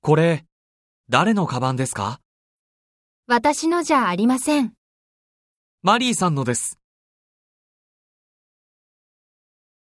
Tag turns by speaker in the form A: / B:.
A: これ、誰のカバンですか
B: 私のじゃありません。
A: マリーさんのです。